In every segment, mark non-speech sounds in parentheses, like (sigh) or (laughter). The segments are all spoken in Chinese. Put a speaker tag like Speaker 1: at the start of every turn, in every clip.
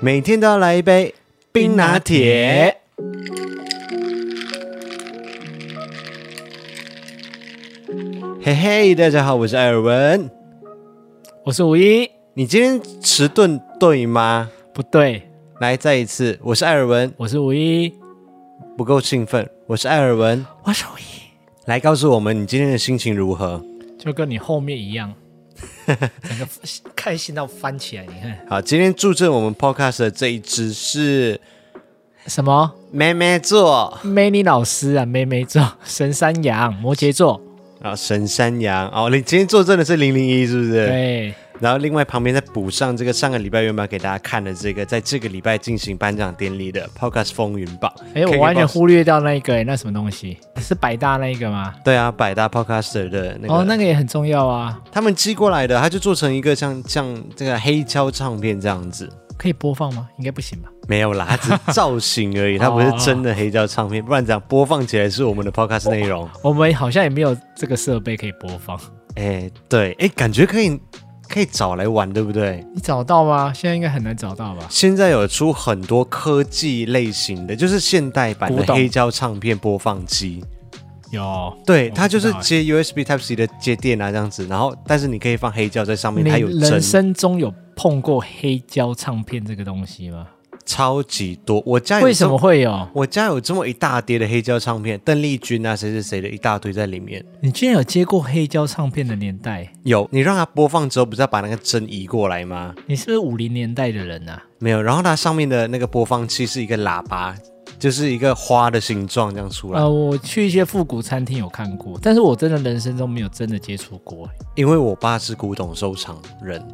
Speaker 1: 每天都要来一杯冰拿铁。嘿嘿，大家好，我是艾尔文。
Speaker 2: 我是五一，
Speaker 1: 你今天迟钝对吗？
Speaker 2: 不对，
Speaker 1: 来，再一次，我是艾尔文，
Speaker 2: 我是五一，
Speaker 1: 不够兴奋，我是艾尔文，
Speaker 2: 我是五一，
Speaker 1: 来告诉我们你今天的心情如何？
Speaker 2: 就跟你后面一 (laughs) 样，整个开心到翻起来。你看
Speaker 1: 好，今天助阵我们 Podcast 的这一支是
Speaker 2: 什么？
Speaker 1: 妹妹座
Speaker 2: 美女老师啊，妹妹座、神山羊、摩羯座，
Speaker 1: 啊，神山羊哦，你今天坐镇的是零零一，是不是？
Speaker 2: 对，
Speaker 1: 然后另外旁边再补上这个上个礼拜原本要给大家看的这个，在这个礼拜进行颁奖典礼的 Podcast 风云榜。
Speaker 2: 哎，我
Speaker 1: KKBOX
Speaker 2: 完全忽略掉那个，哎，那什么东西？是百大那一个吗？
Speaker 1: 对啊，百大 Podcaster 的那个，
Speaker 2: 哦，那个也很重要啊，
Speaker 1: 他们寄过来的，他就做成一个像像这个黑胶唱片这样子。
Speaker 2: 可以播放吗？应该不行吧？
Speaker 1: 没有啦，它只是造型
Speaker 2: (laughs)
Speaker 1: 而已，它不是真的黑胶唱片，不然这样播放起来是我们的 podcast 内容。
Speaker 2: 我们好像也没有这个设备可以播放，
Speaker 1: 哎，对，哎，感觉可以可以找来玩，对不对？
Speaker 2: 你找到吗？现在应该很难找到吧？
Speaker 1: 现在有出很多科技类型的，就是现代版
Speaker 2: 古
Speaker 1: 的
Speaker 2: 董
Speaker 1: 黑胶唱片播放机。
Speaker 2: 有，
Speaker 1: 对，
Speaker 2: 我
Speaker 1: 它
Speaker 2: 知
Speaker 1: 就
Speaker 2: 道
Speaker 1: 是
Speaker 2: 欸
Speaker 1: 接 USB Type C 的接电啊，这样子。然后，但是你可以放黑胶在上面，
Speaker 2: 你
Speaker 1: 它有
Speaker 2: 人
Speaker 1: 针，
Speaker 2: 生中有碰过黑胶唱片这个东西吗？
Speaker 1: 超级多。我家有
Speaker 2: 为什
Speaker 1: 这
Speaker 2: 么？会有？
Speaker 1: 我家有这么一大叠的黑胶唱片，邓丽君啊，谁谁谁的一大堆在里面。
Speaker 2: 你居然有接过黑胶唱片的年代？
Speaker 1: 有，你让它播放之后，不是要把那个针移过来吗？
Speaker 2: 你是不是五零年代的人啊？
Speaker 1: 没有，然后它上面的那个播放器是一个喇叭，就是一个花的形状这样出来。
Speaker 2: 呃，我去一些复古餐厅有看过，但是我真的人生中没有真的接触过。
Speaker 1: 因为我爸是古董收藏人，
Speaker 2: 哦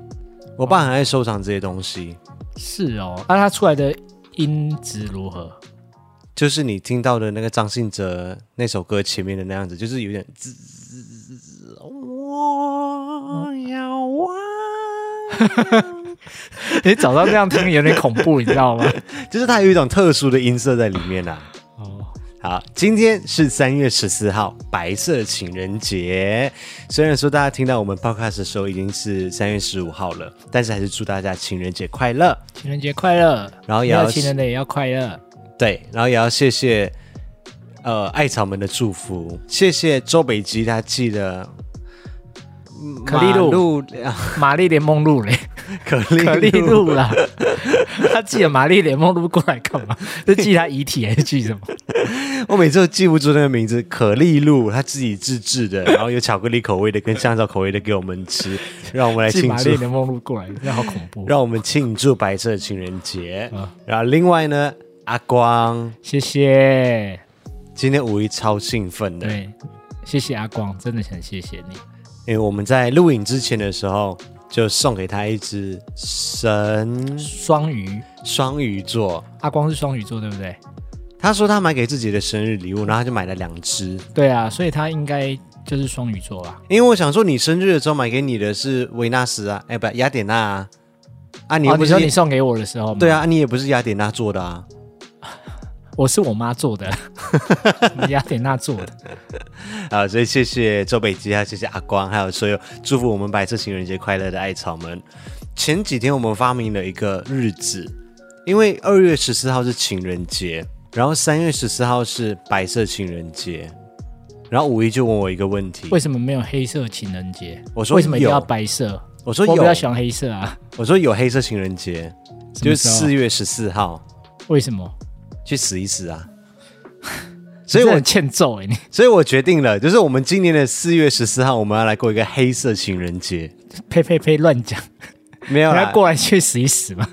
Speaker 1: 我爸很爱收藏这些东西。
Speaker 2: 是哦，那、它出来的音质如何？
Speaker 1: 就是你听到的那个张信哲那首歌前面的那样子，就是有点滋滋滋滋，我要忘，
Speaker 2: (laughs) 你早上这样听有点恐怖，你知道吗？
Speaker 1: (laughs) 就是它有一种特殊的音色在里面啊。
Speaker 2: (laughs) 哦，
Speaker 1: 好，今天是三月十四号，白色情人节。虽然说大家听到我们 podcast 的时候已经是三月十五号了，但是还是祝大家情人节快乐。
Speaker 2: 情人节快乐！
Speaker 1: 然后也
Speaker 2: 没
Speaker 1: 要
Speaker 2: 有情人的也要快乐。
Speaker 1: 对，然后也要谢谢呃艾草们的祝福，谢谢周北吉他寄的
Speaker 2: 可丽
Speaker 1: 马
Speaker 2: 露
Speaker 1: 路啊
Speaker 2: 玛丽莲梦露嘞，
Speaker 1: (laughs) 可
Speaker 2: 可丽
Speaker 1: 丽露
Speaker 2: 露啦， (laughs) 他寄了玛丽莲梦露过来
Speaker 1: (laughs)
Speaker 2: 干嘛？是寄他遗体还是寄什么？
Speaker 1: 我每次都记不住那个名字，可丽露他自己自制的，然后有巧克力口味的跟香草口味的给我们
Speaker 2: (laughs)
Speaker 1: 哎吃，让我们来
Speaker 2: 寄
Speaker 1: 庆
Speaker 2: 玛丽
Speaker 1: 祝。
Speaker 2: 莲梦露过来，那好恐怖。
Speaker 1: 让我们庆祝白色情人节。
Speaker 2: 啊
Speaker 1: 然后另外呢，阿光
Speaker 2: 谢谢。
Speaker 1: 今天五一超兴奋的，
Speaker 2: 对，谢谢阿光，真的很谢谢你。
Speaker 1: 因为我们在录影之前的时候就送给他一只神
Speaker 2: 双鱼，
Speaker 1: 双鱼座，
Speaker 2: 阿光是双鱼座，对不对？
Speaker 1: 他说他买给自己的生日礼物，然后他就买了两只。
Speaker 2: 对啊，所以他应该就是双鱼座啊啦。
Speaker 1: 因为我想说，你生日的时候买给你的是维纳斯啊，哎，不，雅典娜啊，啊，你又
Speaker 2: 哦，
Speaker 1: 不
Speaker 2: 你
Speaker 1: 是、
Speaker 2: 说你送给我的时候，
Speaker 1: 对，啊，你也不是雅典娜做的啊。
Speaker 2: 我是我妈做
Speaker 1: (laughs)
Speaker 2: 的，你雅典娜做的。
Speaker 1: 啊，所以谢谢周北基，还有谢谢阿光，还有所有祝福我们白色情人节快乐的艾草们。前几天我们发明了一个日子，因为二月十四号是情人节，然后三月十四号是白色情人节，然后五一就问我一个问题，
Speaker 2: 为什么没有黑色情人节？
Speaker 1: 我说
Speaker 2: 为什么一定
Speaker 1: 有
Speaker 2: 要白色？
Speaker 1: 我说
Speaker 2: 我比较喜
Speaker 1: 有，
Speaker 2: 欢黑色啊。
Speaker 1: 我说有黑色情人节，
Speaker 2: 什
Speaker 1: 就
Speaker 2: 么
Speaker 1: 是
Speaker 2: 时候
Speaker 1: 四月十四号，
Speaker 2: 为什么？
Speaker 1: 去死一死
Speaker 2: (laughs)
Speaker 1: 啊！所
Speaker 2: 所
Speaker 1: 以
Speaker 2: 以
Speaker 1: 我
Speaker 2: 我欠揍哎、你
Speaker 1: 所以我决定了，就是我们今年的四月十四号，我们要来过一个黑色情人节，
Speaker 2: 呸呸呸乱讲，
Speaker 1: 没有
Speaker 2: 你
Speaker 1: 啦
Speaker 2: 要，过来去死一死吧。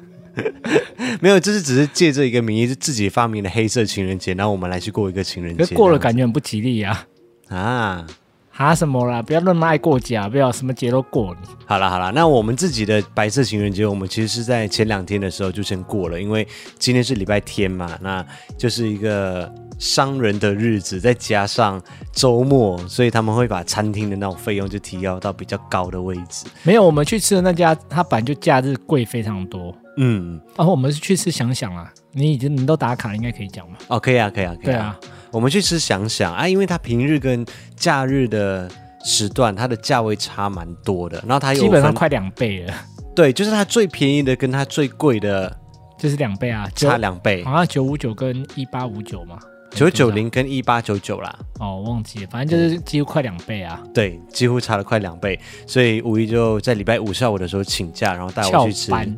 Speaker 1: 没有，就是只是借这一个名义，是自己发明的黑色情人节，然后我们来去过一个情人
Speaker 2: 可
Speaker 1: 节。
Speaker 2: 是过了感觉很不吉利啊。
Speaker 1: 啊，
Speaker 2: 哈什么啦？不要那么爱过节啊！不要什么节都过你。
Speaker 1: 好了好了，那我们自己的白色情人节，我们其实是在前两天的时候就先过了，因为今天是礼拜天嘛，那就是一个商人的日子，再加上周末，所以他们会把餐厅的那种费用就提高到比较高的位置。
Speaker 2: 没有，我们去吃的那家，它本来就假日贵非常多。
Speaker 1: 嗯，
Speaker 2: 然后我们是去吃想想啦，你已经你都打卡了，应该可以讲嘛？
Speaker 1: 哦，可以啊，可以啊，可以
Speaker 2: 对啊，
Speaker 1: 我们去吃想想啊，因为它平日跟假日的时段，它的价位差蛮多的，然后它有
Speaker 2: 基本上
Speaker 1: 分
Speaker 2: 快两倍了。
Speaker 1: 对，就是它最便宜的跟它最贵的
Speaker 2: 就是两倍啊，九
Speaker 1: 差两倍，
Speaker 2: 好像九五九跟一八五九嘛，
Speaker 1: 九九
Speaker 2: 啊
Speaker 1: 零跟一八九九啦，
Speaker 2: 哦，忘记了，反正就是几乎快两倍啊。
Speaker 1: 对，几乎差了快两倍，所以五一就在礼拜五下午的时候请假，然后带我
Speaker 2: 翘
Speaker 1: 去吃，
Speaker 2: 班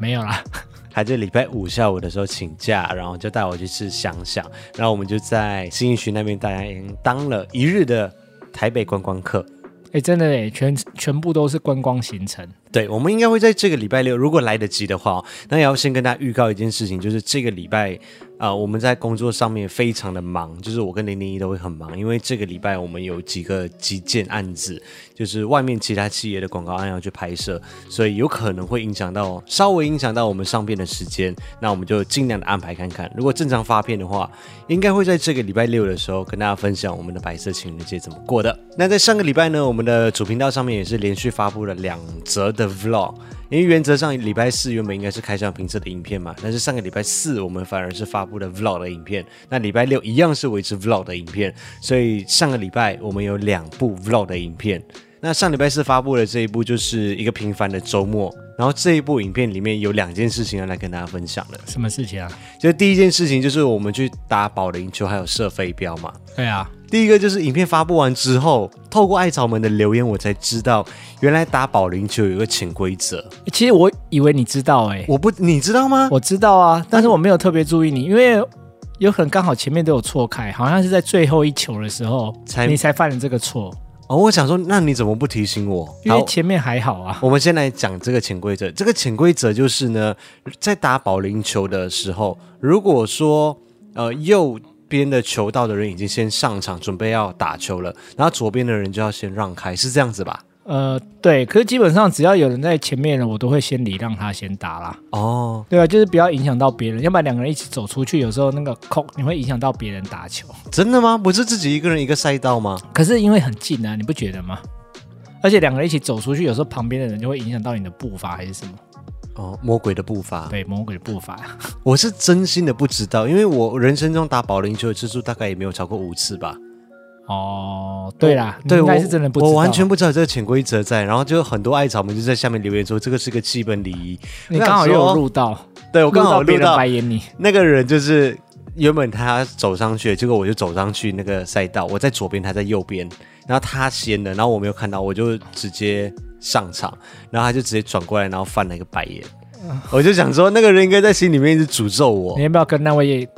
Speaker 2: 没有啦，
Speaker 1: 还在礼拜五下午的时候请假，然后就带我去吃想想，然后我们就在新义区那边大家当了一日的台北观光客。
Speaker 2: 哎、真的哎，全全部都是观光行程，
Speaker 1: 对，我们应该会在这个礼拜六，如果来得及的话哦，那也要先跟大家预告一件事情，就是这个礼拜啊、呃我们在工作上面非常的忙，就是我跟零零一都会很忙，因为这个礼拜我们有几个急件案子，就是外面其他企业的广告案要去拍摄，所以有可能会影响到稍微影响到我们上片的时间，那我们就尽量的安排看看。如果正常发片的话，应该会在这个礼拜六的时候跟大家分享我们的白色情人节怎么过的。那在上个礼拜呢，我们的主频道上面也是连续发布了两则的 vlog，因为原则上礼拜四原本应该是开箱评测的影片嘛，但是上个礼拜四我们反而是发布了 vlog 的影片，那礼拜六一样是维持 vlog 的影片，所以上个礼拜我们有两部 vlog 的影片。那上礼拜四发布的这一部就是一个平凡的周末，然后这一部影片里面有两件事情要来跟大家分享的。
Speaker 2: 什么事情啊？
Speaker 1: 就第一件事情就是我们去打保龄球，还有射飞镖嘛。
Speaker 2: 对啊，
Speaker 1: 第一个就是影片发布完之后，透过艾草们的留言，我才知道原来打保龄球有一个潜规则。
Speaker 2: 其实我以为你知道哎、
Speaker 1: 我不，你知道吗？
Speaker 2: 我知道啊，但是我没有特别注意你，因为有可能刚好前面都有错开，好像是在最后一球的时候
Speaker 1: 才
Speaker 2: 你才犯了这个错，
Speaker 1: 哦，我想说，那你怎么不提醒我？
Speaker 2: 因为
Speaker 1: 好
Speaker 2: 前面还好啊。
Speaker 1: 我们先来讲这个潜规则。这个潜规则就是呢，在打保龄球的时候，如果说呃右边的球道的人已经先上场准备要打球了，然后左边的人就要先让开，是这样子吧？
Speaker 2: 呃，对，可是基本上只要有人在前面了，我都会先礼让他先打啦。
Speaker 1: 哦，
Speaker 2: 对啊，就是不要影响到别人，要不然两个人一起走出去，有时候那个空你会影响到别人打球。
Speaker 1: 真的吗？不是自己一个人一个赛道吗？
Speaker 2: 可是因为很近啊，你不觉得吗？而且两个人一起走出去，有时候旁边的人就会影响到你的步伐还是什么？
Speaker 1: 哦，魔鬼的步伐，
Speaker 2: 对，魔鬼的步伐。
Speaker 1: 我是真心的不知道，因为我人生中打保龄球的次数大概也没有超过五次吧。
Speaker 2: 哦，对啦，你
Speaker 1: 对，
Speaker 2: 应该
Speaker 1: 我
Speaker 2: 是真的不知道。啊
Speaker 1: 我完全不知道有这个潜规则在，然后就很多艾草们就在下面留言说这个是个基本礼仪。
Speaker 2: 你刚好又有录到，
Speaker 1: 对我
Speaker 2: 我
Speaker 1: 刚好
Speaker 2: 别
Speaker 1: 录
Speaker 2: 人
Speaker 1: 到
Speaker 2: 白眼你。
Speaker 1: 那个人就是原本他走上去，结果我就走上去那个赛道，我在左边，他在右边，然后他先的，然后我没有看到，我就直接上场，然后他就直接转过来，然后翻了一个白眼，
Speaker 2: 啊
Speaker 1: 我就想说那个人应该在心里面一直诅咒我
Speaker 2: 你，要不要跟那位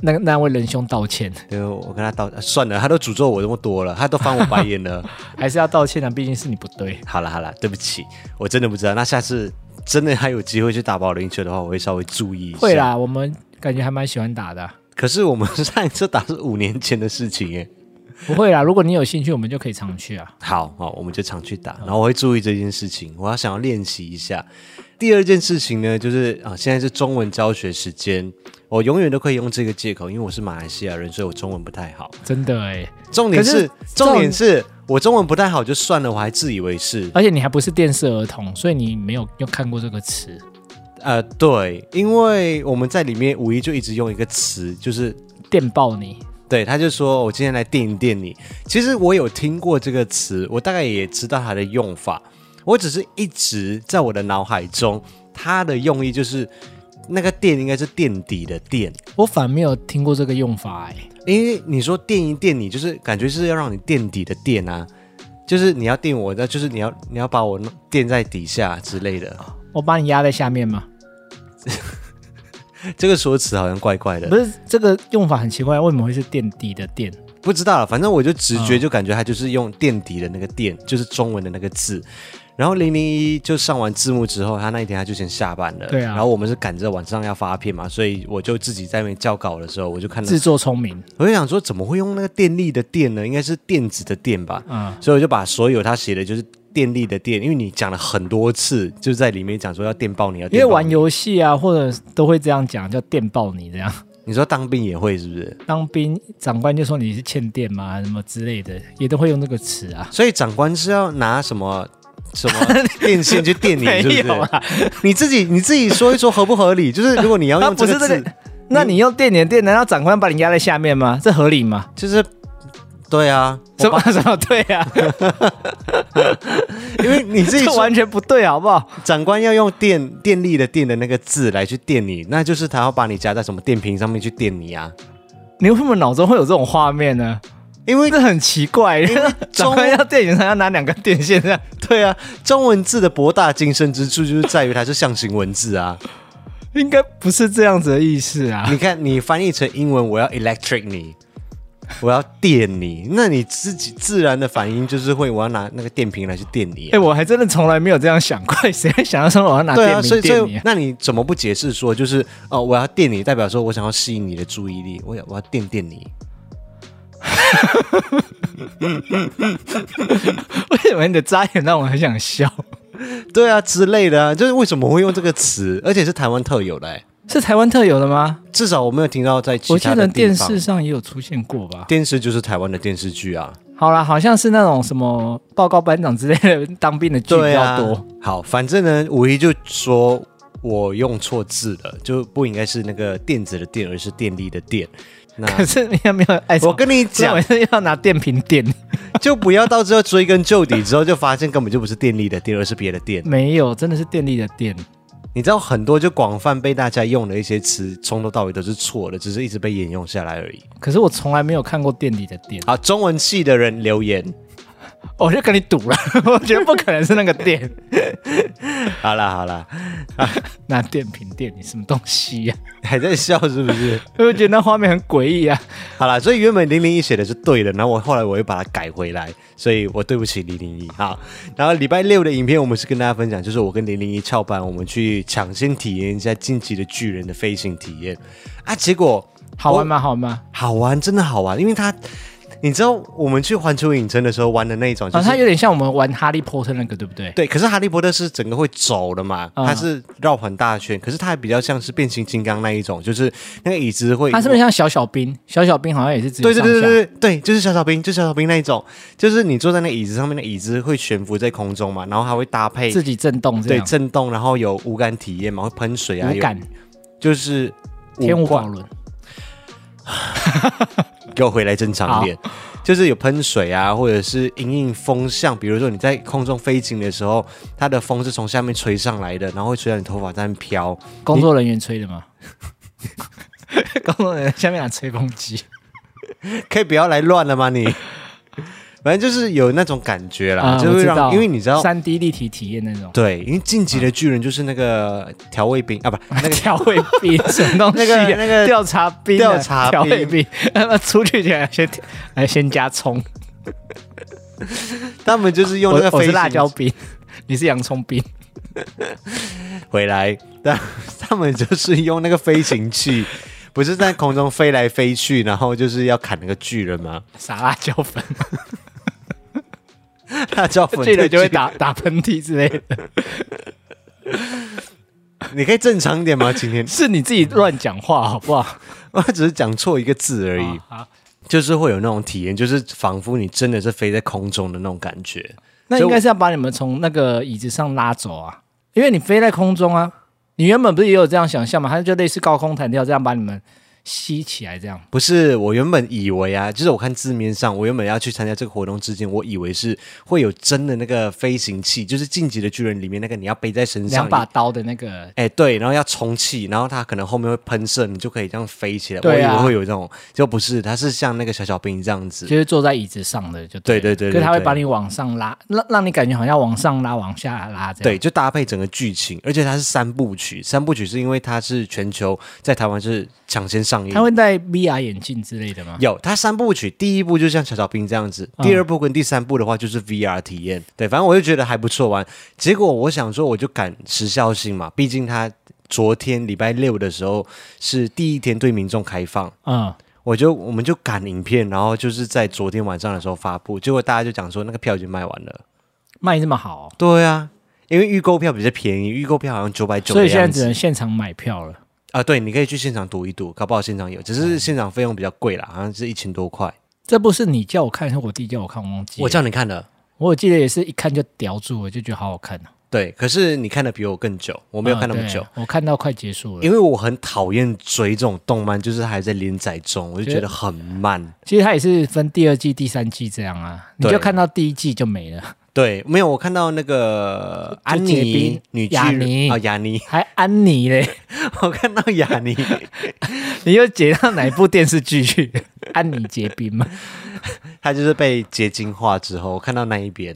Speaker 2: 那那位仁兄道歉？
Speaker 1: 对，我跟他道算了，他都诅咒我这么多了，他都翻我白眼了，
Speaker 2: 还是要道歉的、啊毕竟是你不对。
Speaker 1: 好了好了，对不起，我真的不知道，那下次真的还有机会去打保龄球的话，我会稍微注意一下。
Speaker 2: 会，啦，我们感觉还蛮喜欢打的啊、
Speaker 1: 可是我们上一次打是五年前的事情耶。
Speaker 2: 不会啦，如果你有兴趣，我们就可以常去啊。
Speaker 1: 好好，我们就常去打，然后我会注意这件事情，我要想要练习一下。第二件事情呢，就是啊，现在是中文教学时间，我永远都可以用这个借口，因为我是马来西亚人，所以我中文不太好。
Speaker 2: 真的哎，
Speaker 1: 重点
Speaker 2: 可
Speaker 1: 是
Speaker 2: 是，
Speaker 1: 重点是我中文不太好就算了，我还自以为是。
Speaker 2: 而且你还不是电视儿童，所以你没有又看过这个词。
Speaker 1: 呃，对，因为我们在里面五一就一直用一个词，就是
Speaker 2: 电爆你，
Speaker 1: 对，他就说我今天来电一电你。其实我有听过这个词，我大概也知道它的用法，我只是一直在我的脑海中，它的用意就是那个垫应该是垫底的垫，
Speaker 2: 我反而没有听过这个用法哎。
Speaker 1: 因为你说垫一垫你，就是感觉是要让你垫底的垫啊，就是你要垫我，那就是你要你要把我弄垫在底下之类的。
Speaker 2: 我把你压在下面吗？
Speaker 1: 这个说辞好像怪怪的
Speaker 2: 不，是，这个用法很奇怪，为什么会是垫底的垫？
Speaker 1: 不知道了，反正我就直觉
Speaker 2: 嗯
Speaker 1: 就感觉他就是用垫底的那个垫，就是中文的那个字。然后零零一就上完字幕之后，他那一天他就先下班了。
Speaker 2: 对啊
Speaker 1: 然后我们是赶着晚上要发片嘛，所以我就自己在那边校稿的时候，我就看到
Speaker 2: 自，作聪明，
Speaker 1: 我就想说怎么会用那个电力的电呢？应该是电子的电吧。
Speaker 2: 嗯，
Speaker 1: 所以我就把所有他写的就是电力的电，因为你讲了很多次，就在里面讲说要电爆你，要
Speaker 2: 因
Speaker 1: 电
Speaker 2: 为
Speaker 1: 爆
Speaker 2: 玩
Speaker 1: 你。
Speaker 2: 游戏啊，或者都会这样讲，叫电爆你这样。
Speaker 1: 你说当兵也会是不是？
Speaker 2: 当兵长官就说你是欠电吗？什么之类的，也都会用这个词啊。
Speaker 1: 所以长官是要拿什么什么电线去电你，是不
Speaker 2: (laughs) 没
Speaker 1: 是
Speaker 2: 有？啊，
Speaker 1: (laughs) 你自己你自己说一说合不合理？就是如果你要
Speaker 2: 他
Speaker 1: 用这
Speaker 2: 不
Speaker 1: 个
Speaker 2: 是
Speaker 1: 字，
Speaker 2: 这个。那你用电点电，难道长官把你压在下面吗？这合理吗？
Speaker 1: 就是对啊，
Speaker 2: 什么 (laughs) 什么对啊，
Speaker 1: 因为你
Speaker 2: (laughs)
Speaker 1: 自己
Speaker 2: 这
Speaker 1: 说
Speaker 2: 完全不对，好不好？
Speaker 1: 长官要用电电力的电的那个字来去电你，那就是他要把你夹在什么电瓶上面去电你啊。
Speaker 2: 你为什么脑中会有这种画面呢？
Speaker 1: 因为
Speaker 2: 这很奇怪
Speaker 1: 为，
Speaker 2: (laughs) 长
Speaker 1: 中
Speaker 2: 官要电影上要拿两根电线这 (laughs) 样，
Speaker 1: 对啊，中文字的博大精深之处就是在于它是象形文字
Speaker 2: (laughs)
Speaker 1: 啊。
Speaker 2: 应该不是这样子的意思啊。
Speaker 1: 你看，你翻译成英文，我要 electric 你，我要电你，那你自己自然的反应就是会，我要拿那个电瓶来去电你
Speaker 2: 哎、
Speaker 1: 啊、
Speaker 2: 我还真的从来没有这样想过， (laughs) 谁会想到说我要拿
Speaker 1: 对
Speaker 2: 电
Speaker 1: 啊，所
Speaker 2: 瓶
Speaker 1: 以所
Speaker 2: 电你、
Speaker 1: 以那你怎么不解释说，就是哦、呃我要电你，代表说我想要吸引你的注意力，我要我要电电你。
Speaker 2: (laughs) 为什么你的眨眼让我很想笑？
Speaker 1: 对啊，之类的啊，就是为什么会用这个词，而且是台湾特有的、欸，
Speaker 2: 是台湾特有的吗？
Speaker 1: 至少我没有听到在其
Speaker 2: 我记
Speaker 1: 他的
Speaker 2: 得
Speaker 1: 地
Speaker 2: 电
Speaker 1: 方
Speaker 2: 视上也有出现过吧。
Speaker 1: 电视就是台湾的电视剧啊，
Speaker 2: 好啦，好像是那种什么报告班长之类的当兵的剧比
Speaker 1: 对
Speaker 2: 较
Speaker 1: 啊
Speaker 2: 多。。
Speaker 1: 好，反正呢，五一就说我用错字了，就不应该是那个电子的电，而是电力的电。
Speaker 2: (laughs)
Speaker 1: 那
Speaker 2: 可是你还没有爱上
Speaker 1: 我跟你
Speaker 2: 我 (laughs)
Speaker 1: 讲，
Speaker 2: 是要拿电瓶电，
Speaker 1: 就不要到最后追根究底之后，就发现根本就不是电力的电，而是别的电。
Speaker 2: 没有，真的是电力的电。
Speaker 1: 你知道很多就广泛被大家用的一些词，从头到尾都是错的，只是一直被沿用下来而已。
Speaker 2: 可是我从来没有看过电力的电，
Speaker 1: 好，中文系的人留言， (laughs)
Speaker 2: 我就跟你赌了， (laughs) 我觉得不可能是那个电，
Speaker 1: 好啦好啦， (laughs)
Speaker 2: 拿电瓶电你什么东西呀、
Speaker 1: 还在笑是不是？
Speaker 2: (laughs) 我就觉得那画面很诡异啊。
Speaker 1: 好啦，所以原本零零一写的是对的，然后我后来我又把它改回来，所以我对不起零零一。好，然后礼拜六的影片我们是跟大家分享，就是我跟零零一翘班，我们去抢先体验一下《进击的巨人》的飞行体验啊，结果
Speaker 2: 好玩吗？好玩吗？
Speaker 1: 好玩，真的好玩，因为它。你知道我们去环球影城的时候玩的那一种，就
Speaker 2: 啊，
Speaker 1: 是、
Speaker 2: 它有点像我们玩哈利波特那个，对不对？
Speaker 1: 对，可是哈利波特是整个会走的嘛，
Speaker 2: 嗯
Speaker 1: 它是绕环大圈，可是它还比较像是变形金刚那一种，就是那个椅子会，
Speaker 2: 它是不是像小小兵？小小兵好像也是只有
Speaker 1: 对对
Speaker 2: 上下
Speaker 1: 对对对对，就是小小兵，就是小小兵那一种，就是你坐在那椅子上面，那椅子会悬浮在空中嘛，然后还会搭配
Speaker 2: 自己震动这
Speaker 1: 对
Speaker 2: 样。
Speaker 1: 震动，然后有无感体验嘛，会喷水啊，
Speaker 2: 无
Speaker 1: 有
Speaker 2: 感
Speaker 1: 就是
Speaker 2: 天
Speaker 1: 无
Speaker 2: 无
Speaker 1: 感
Speaker 2: 宝轮，
Speaker 1: 给我回来正常一点，
Speaker 2: 啊
Speaker 1: 就是有喷水啊，或者是因应风向，比如说你在空中飞行的时候，它的风是从下面吹上来的，然后会吹到你头发在那边飘，
Speaker 2: 工作人员吹的吗？工作人员下面拿吹风机，
Speaker 1: 可以不要来乱了吗
Speaker 2: (laughs)
Speaker 1: 你？反正就是有那种感觉啦，
Speaker 2: 啊
Speaker 1: 就
Speaker 2: 我
Speaker 1: 会
Speaker 2: 知
Speaker 1: 让
Speaker 2: 道
Speaker 1: 因为你知道
Speaker 2: 三 D 立体体验那种。
Speaker 1: 对，因为晋级的巨人就是那个调味兵啊，
Speaker 2: (laughs)
Speaker 1: 不， (laughs) 那个
Speaker 2: 调味
Speaker 1: (laughs)
Speaker 2: 兵，什么东西啊？
Speaker 1: 那个那个
Speaker 2: 调查兵啊，
Speaker 1: 调查兵
Speaker 2: 调味兵，那么出去前先来先加葱，
Speaker 1: 他们就是用
Speaker 2: 我
Speaker 1: 那个
Speaker 2: 我
Speaker 1: 飞
Speaker 2: 是
Speaker 1: 行
Speaker 2: 辣椒兵，你是洋葱兵，
Speaker 1: 回来，但他们就是用那个飞行器，不是在空中飞来飞去，然后就是要砍那个巨人
Speaker 2: (laughs)
Speaker 1: 吗？
Speaker 2: 撒辣椒粉，
Speaker 1: 辣椒粉
Speaker 2: 这个就会
Speaker 1: 对巨人，
Speaker 2: 打打喷嚏之类的。
Speaker 1: 你可以正常一点吗？今
Speaker 2: (laughs)
Speaker 1: 天
Speaker 2: 是你自己乱讲话好不好？
Speaker 1: 我只是讲错一个字而已，
Speaker 2: 好，好
Speaker 1: 就是会有那种体验，就是仿佛你真的是飞在空中的那种感觉。
Speaker 2: 那
Speaker 1: 所以
Speaker 2: 应
Speaker 1: 我
Speaker 2: 该是要把你们从那个椅子上拉走啊，因为你飞在空中啊。你原本不是也有这样想象吗？它就类似高空弹跳这样把你们吸起来，这样
Speaker 1: 不是，我原本以为啊，就是我看字面上，我原本要去参加这个活动之前，我以为是会有真的那个飞行器，就是《进击的巨人》里面那个你要背在身上
Speaker 2: 两把，刀的那个
Speaker 1: 哎、对，然后要充气，然后它可能后面会喷射，你就可以这样飞起来。
Speaker 2: 对啊
Speaker 1: 我以为会有这种，就不是，它是像那个小小兵这样子。
Speaker 2: 就是坐在椅子上的就了
Speaker 1: 对对对对
Speaker 2: 可是他会
Speaker 1: 对
Speaker 2: 把你往上拉，让让你感觉好像往上拉、往下拉这样。
Speaker 1: 对，就搭配整个剧情，而且它是三部曲。三部曲是因为它是全球在台湾是抢先上映，
Speaker 2: 他会戴 VR 眼镜之类的吗？
Speaker 1: 有，它三部曲，第一部就像小小兵这样子，
Speaker 2: 嗯
Speaker 1: 第二部跟第三部的话就是 VR 体验。对，反正我就觉得还不错玩。结果我想说，我就赶时效性嘛，毕竟它昨天礼拜六的时候是第一天对民众开放。
Speaker 2: 嗯，
Speaker 1: 我就我们就赶影片，然后就是在昨天晚上的时候发布，结果大家就讲说那个票已经卖完了。
Speaker 2: 卖这么好哦、
Speaker 1: 对啊，因为预购票比较便宜，预购票好像九百九，
Speaker 2: 所以现在只能现场买票了。
Speaker 1: 啊，对，你可以去现场赌一赌，搞不好现场有，只
Speaker 2: 嗯
Speaker 1: 是现场费用比较贵啦，好像是一千多块。
Speaker 2: 这不是你叫我看，还是我弟叫我看，我忘记了。
Speaker 1: 我叫你看的，
Speaker 2: 我有记得也是一看就叼住了，就觉得好好看、啊、
Speaker 1: 对，可是你看的比我更久，我没有看那么
Speaker 2: 嗯
Speaker 1: 久，，
Speaker 2: 对我看到快结束了。
Speaker 1: 因为我很讨厌追这种动漫，就是还在连载中，我就觉得很慢。
Speaker 2: 其实它也是分第二季、第三季这样啊，你
Speaker 1: 对
Speaker 2: 就看到第一季就没了， (laughs) 对
Speaker 1: 对，没有我看到那个
Speaker 2: 就
Speaker 1: 安
Speaker 2: 结冰
Speaker 1: 妮女巨
Speaker 2: 雅
Speaker 1: 人
Speaker 2: 尼
Speaker 1: 哦，雅尼，
Speaker 2: 还安妮嘞，
Speaker 1: (laughs)
Speaker 2: (laughs)
Speaker 1: 我看到雅尼，
Speaker 2: 你又解到哪一部电视剧去？ (laughs) 安妮结冰吗？
Speaker 1: 她就是被结晶化之后，我看到那一边。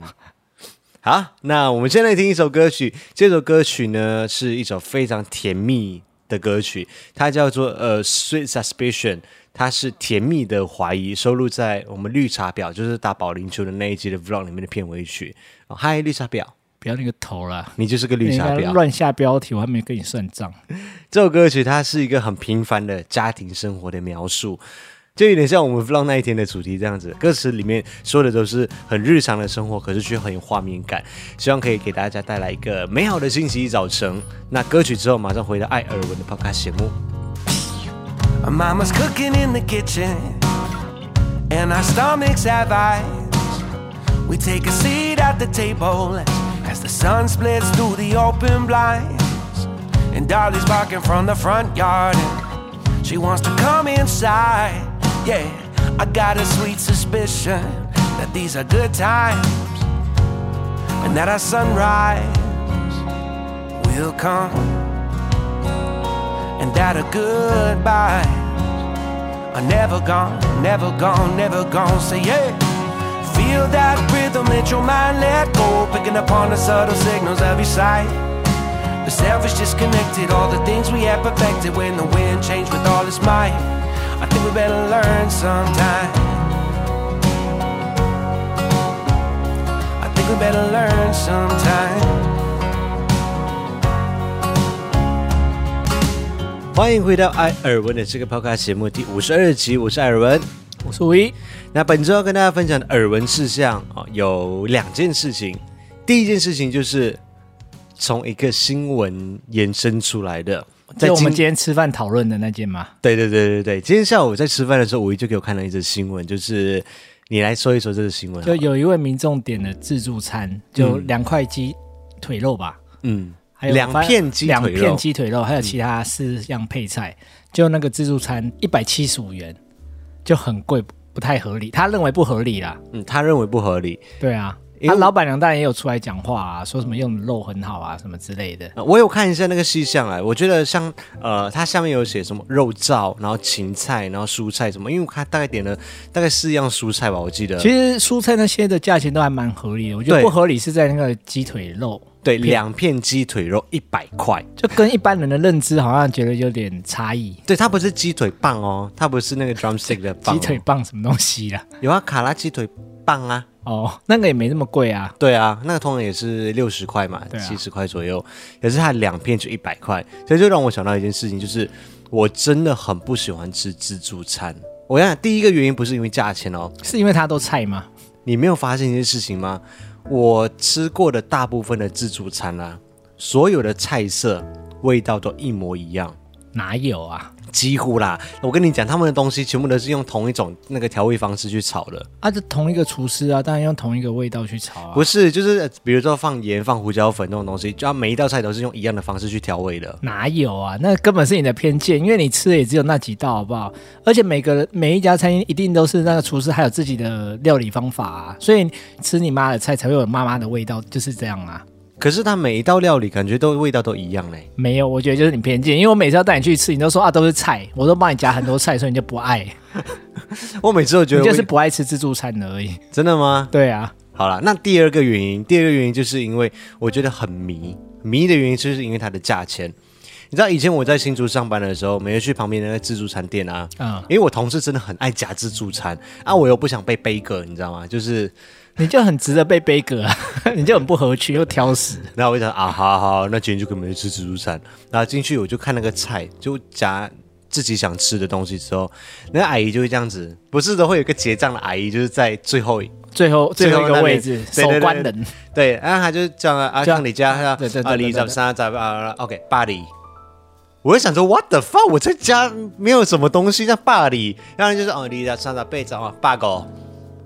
Speaker 1: 好，那我们现在听一首歌曲，这首歌曲呢是一首非常甜蜜的歌曲，它叫做呃《Sweet Suspicion》，它是甜蜜的怀疑，收录在我们绿茶婊，就是打保龄球的那一集的 Vlog 里面的片尾曲。哦嗨，绿茶婊，
Speaker 2: 不要那个头啦，
Speaker 1: 你就是个
Speaker 2: 你
Speaker 1: 绿茶
Speaker 2: 刚
Speaker 1: 婊
Speaker 2: 刚。乱下标题，我还没跟你算账。
Speaker 1: 这首歌曲它是一个很平凡的家庭生活的描述，就有点像我们 vlog 那一天的主题这样子。歌词里面说的都是很日常的生活，可是却很有画面感，希望可以给大家带来一个美好的星期一早晨。那歌曲之后马上回到艾尔文的 podcast 节目。
Speaker 3: My Mama's cooking in the kitchen, and our stomachs have eyes. We take a seat at the table as the sun splits through the open blinds. And Dolly's barking from the front yard, and she wants to come inside. Yeah, I got a sweet suspicion that these are good times, and that our sunrise will come and that a goodbye are never gone, never gone, never gone. Say yeah. Feel that rhythm, let your mind let go, picking up on the subtle signals of your sight. The self is disconnected, all the things we had perfected when the wind changed with all its might. I think we better learn sometime. I think we better learn sometime.
Speaker 1: 欢迎回到艾尔文的这个 podcast 节目第五十二集，我是艾尔文。
Speaker 2: 我是唯一，
Speaker 1: 那本周要跟大家分享的耳闻事项哦，有两件事情。第一件事情就是从一个新闻延伸出来的，
Speaker 2: 就我们今天吃饭讨论的那件吗？
Speaker 1: 对对对对对，今天下午在吃饭的时候，五一就给我看了一则新闻，就是你来说一说这个新闻好
Speaker 2: 就
Speaker 1: 了。
Speaker 2: 有一位民众点了自助餐，就两块鸡腿肉吧，
Speaker 1: 嗯，
Speaker 2: 还有
Speaker 1: 两
Speaker 2: 反
Speaker 1: 片鸡腿肉
Speaker 2: 两片鸡腿肉，还有其他四样配菜，就那个自助餐一百七十五元，就很贵，不太合理。他认为不合理啦，
Speaker 1: 嗯，他认为不合理。
Speaker 2: 对啊。
Speaker 1: 因
Speaker 2: 他、
Speaker 1: 为
Speaker 2: 老板娘当然也有出来讲话啊，说什么用的肉很好啊，什么之类的。
Speaker 1: 呃我有看一下那个细项啊，我觉得像呃，它下面有写什么肉燥，然后芹菜，然后蔬菜什么，因为他大概点了大概四样蔬菜吧，我记得。
Speaker 2: 其实蔬菜那些的价钱都还蛮合理的，我觉得
Speaker 1: 呃对
Speaker 2: 不合理是在那个鸡腿肉，
Speaker 1: 对，两片鸡腿肉一百块。
Speaker 2: 就跟一般人的认知好像觉得有点差异。
Speaker 1: 对，它不是鸡腿棒哦，它不是那个 drumstick 的棒、哦
Speaker 2: 鸡腿，棒什么东西啦？ (laughs)
Speaker 1: 有啊，卡拉鸡腿棒啊。
Speaker 2: 哦，那个也没那么贵啊。
Speaker 1: 对啊，那个通常也是六十块嘛，
Speaker 2: 对啊
Speaker 1: 七十、块左右。可是它两片就一百块，所以就让我想到一件事情，就是我真的很不喜欢吃自助餐。我想第一个原因不是因为价钱哦，
Speaker 2: 是因为它都菜吗？
Speaker 1: 你没有发现一件事情吗？我吃过的大部分的自助餐啊，所有的菜色味道都一模一样。
Speaker 2: 哪有啊？
Speaker 1: 几乎啦，我跟你讲，他们的东西全部都是用同一种那个调味方式去炒的，
Speaker 2: 啊，这同一个厨师啊，当然用同一个味道去炒啊。
Speaker 1: 不是，就是呃比如说放盐、放胡椒粉那种东西，就它每一道菜都是用一样的方式去调味的。
Speaker 2: 哪有啊？那根本是你的偏见，因为你吃的也只有那几道，好不好？而且每个每一家餐厅一定都是那个厨师还有自己的料理方法啊，所以吃你妈的菜才会有妈妈的味道，就是这样啊。
Speaker 1: 可是它每一道料理感觉都味道都一样嘞。
Speaker 2: 没有，我觉得就是你偏见，因为我每次要带你去吃，你都说啊都是菜，我都帮你夹很多菜，所以你就不爱，
Speaker 1: 我每次都觉
Speaker 2: 你
Speaker 1: 得
Speaker 2: 就是
Speaker 1: 味
Speaker 2: 不爱吃自助餐而已。
Speaker 1: 真的吗？
Speaker 2: 对啊，
Speaker 1: 好啦，那第二个原因，第二个原因就是因为我觉得很迷，迷的原因就是因为它的价钱。你知道以前我在新竹上班的时候，每天去旁边的那个自助餐店啊，
Speaker 2: 嗯，
Speaker 1: 因为我同事真的很爱夹自助餐啊，我又不想被背个，你知道吗？就是
Speaker 2: 你就很值得被悲歌啊， (laughs) 你就很不合群又挑食。
Speaker 1: 然后我就想啊，好好，那今天就跟我们去吃自助餐。然后进去我就看那个菜，就夹自己想吃的东西之后，那个阿姨就会这样子，不是都会有一个结账的阿姨，就是在最后一
Speaker 2: 最后最后一
Speaker 1: 那
Speaker 2: 个
Speaker 1: 里
Speaker 2: 位置，
Speaker 1: 对
Speaker 2: 守
Speaker 1: 对对
Speaker 2: 关人。
Speaker 1: 对，然后她就这样啊，啊
Speaker 2: 这样
Speaker 1: 像你家，她
Speaker 2: 对对对
Speaker 1: 二
Speaker 2: 对
Speaker 1: 零
Speaker 2: 对
Speaker 1: 十三十啊，OK，巴黎。我就想说，what the fuck？我在家没有什么东西在巴黎，然后就是哦，你家三十被长啊，八狗。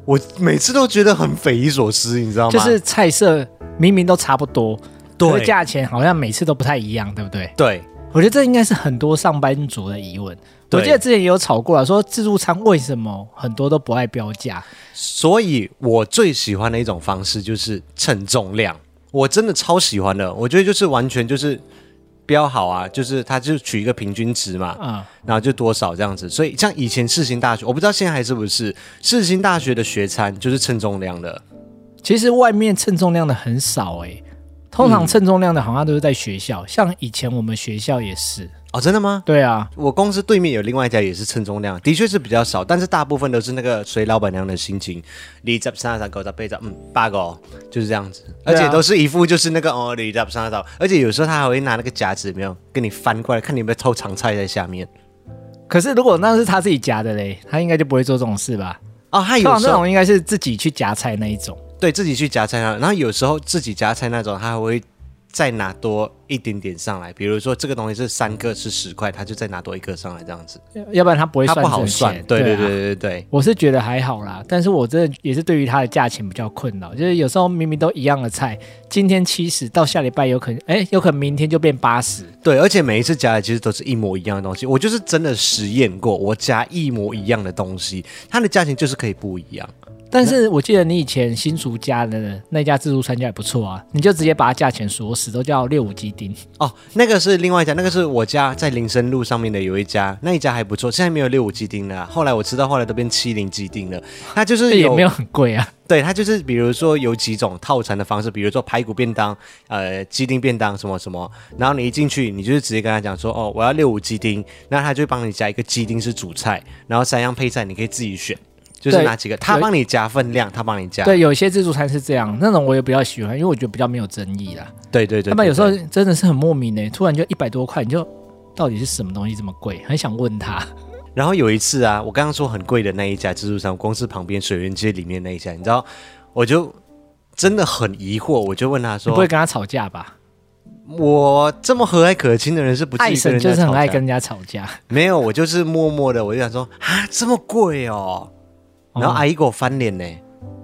Speaker 1: 我每次都觉得很匪夷所思，你知道吗？
Speaker 2: 就是菜色明明都差不多，可
Speaker 1: 对
Speaker 2: 是价钱好像每次都不太一样，对不对？
Speaker 1: 对，
Speaker 2: 我觉得这应该是很多上班族的疑问。
Speaker 1: 对
Speaker 2: 我记得之前也有吵过了，说自助餐为什么很多都不爱标价？
Speaker 1: 所以我最喜欢的一种方式就是称重量，我真的超喜欢的。我觉得就是完全就是标好啊，就是它就取一个平均值嘛，
Speaker 2: 嗯，
Speaker 1: 然后就多少这样子。所以像以前世新大学，我不知道现在还是不是世新大学的学餐就是称重量的，
Speaker 2: 其实外面称重量的很少诶、通
Speaker 1: 嗯
Speaker 2: 常称重量的好像都是在学校，像以前我们学校也是。
Speaker 1: 哦，真的吗？
Speaker 2: 对啊，
Speaker 1: 我公司对面有另外一家也是称重量，的确是比较少，但是大部分都是那个随老板娘的心情，你十三十九十八十，嗯，八个哦就是这样子，而
Speaker 2: 对啊
Speaker 1: 且都是一副就是那个哦，你十三十，而且有时候他还会拿那个夹子有没有跟你翻过来，看你有没有偷藏菜在下面。
Speaker 2: 可是如果那是他自己夹的嘞，他应该就不会做这种事吧？
Speaker 1: 哦，他
Speaker 2: 通
Speaker 1: 有
Speaker 2: 常
Speaker 1: 时
Speaker 2: 这
Speaker 1: 候
Speaker 2: 种应该是自己去夹菜那一种。
Speaker 1: 对自己去夹菜啊，然后有时候自己夹菜那种，他还会再拿多一点点上来，比如说这个东西是三个是十块，他就再拿多一个上来这样子，
Speaker 2: 要不然他不会
Speaker 1: 他
Speaker 2: 算
Speaker 1: 不好
Speaker 2: 这个
Speaker 1: 算
Speaker 2: 钱。
Speaker 1: 对对
Speaker 2: 对
Speaker 1: 对
Speaker 2: 啊
Speaker 1: 对对对，
Speaker 2: 我是觉得还好啦，但是我真的也是对于它的价钱比较困扰，就是有时候明明都一样的菜，今天七十，到下礼拜有可能，哎，有可能明天就变八十。
Speaker 1: 对，而且每一次夹的其实都是一模一样的东西。我就是真的实验过，我夹一模一样的东西，它的价钱就是可以不一样。
Speaker 2: 但是我记得你以前新竹家的那家自助餐家也不错啊，你就直接把它价钱锁死，都叫六五鸡丁。
Speaker 1: 哦，那个是另外一家，那个是我家在林森路上面的有一家，那一家还不错，现在没有六五鸡丁了啊。后来我知道，后来都变七零鸡丁了。它就
Speaker 2: 这
Speaker 1: 是
Speaker 2: 也
Speaker 1: 有
Speaker 2: 没有很
Speaker 1: (laughs)
Speaker 2: 贵啊，
Speaker 1: 对，它就是比如说有几种套餐的方式，比如说排骨便当、呃鸡丁便当什么什么，然后你一进去，你就是直接跟他讲说，哦，我要六五鸡丁，那他就帮你加一个鸡丁是主菜，然后三样配菜你可以自己选，就是
Speaker 2: 对
Speaker 1: 哪几个，他
Speaker 2: 对
Speaker 1: 帮你加分量，他帮你加，
Speaker 2: 对，有些自助餐是这样，那种我也比较喜欢，因为我觉得比较没有争议啦。
Speaker 1: 对对对，
Speaker 2: 他们有时候
Speaker 1: 对
Speaker 2: 真的是很莫名呢、欸突然就一百多块，你就到底是什么东西这么贵？很想问
Speaker 1: 啊
Speaker 2: 他。
Speaker 1: 然后有一次啊，我刚刚说很贵的那一家自助餐，我公司旁边水源街里面那一家，你知道，我就真的很疑惑，我就问他
Speaker 2: 你不会
Speaker 1: 说，
Speaker 2: 跟他吵架吧？
Speaker 1: 我这么和蔼可亲的人是不至
Speaker 2: 爱
Speaker 1: 于跟
Speaker 2: 神
Speaker 1: 人
Speaker 2: 就
Speaker 1: 家
Speaker 2: 是很
Speaker 1: 吵
Speaker 2: 爱
Speaker 1: 架
Speaker 2: 跟人家吵架。
Speaker 1: 没有，我就是默默的，我就想说啊，这么贵哦。然后阿姨给我翻脸呢，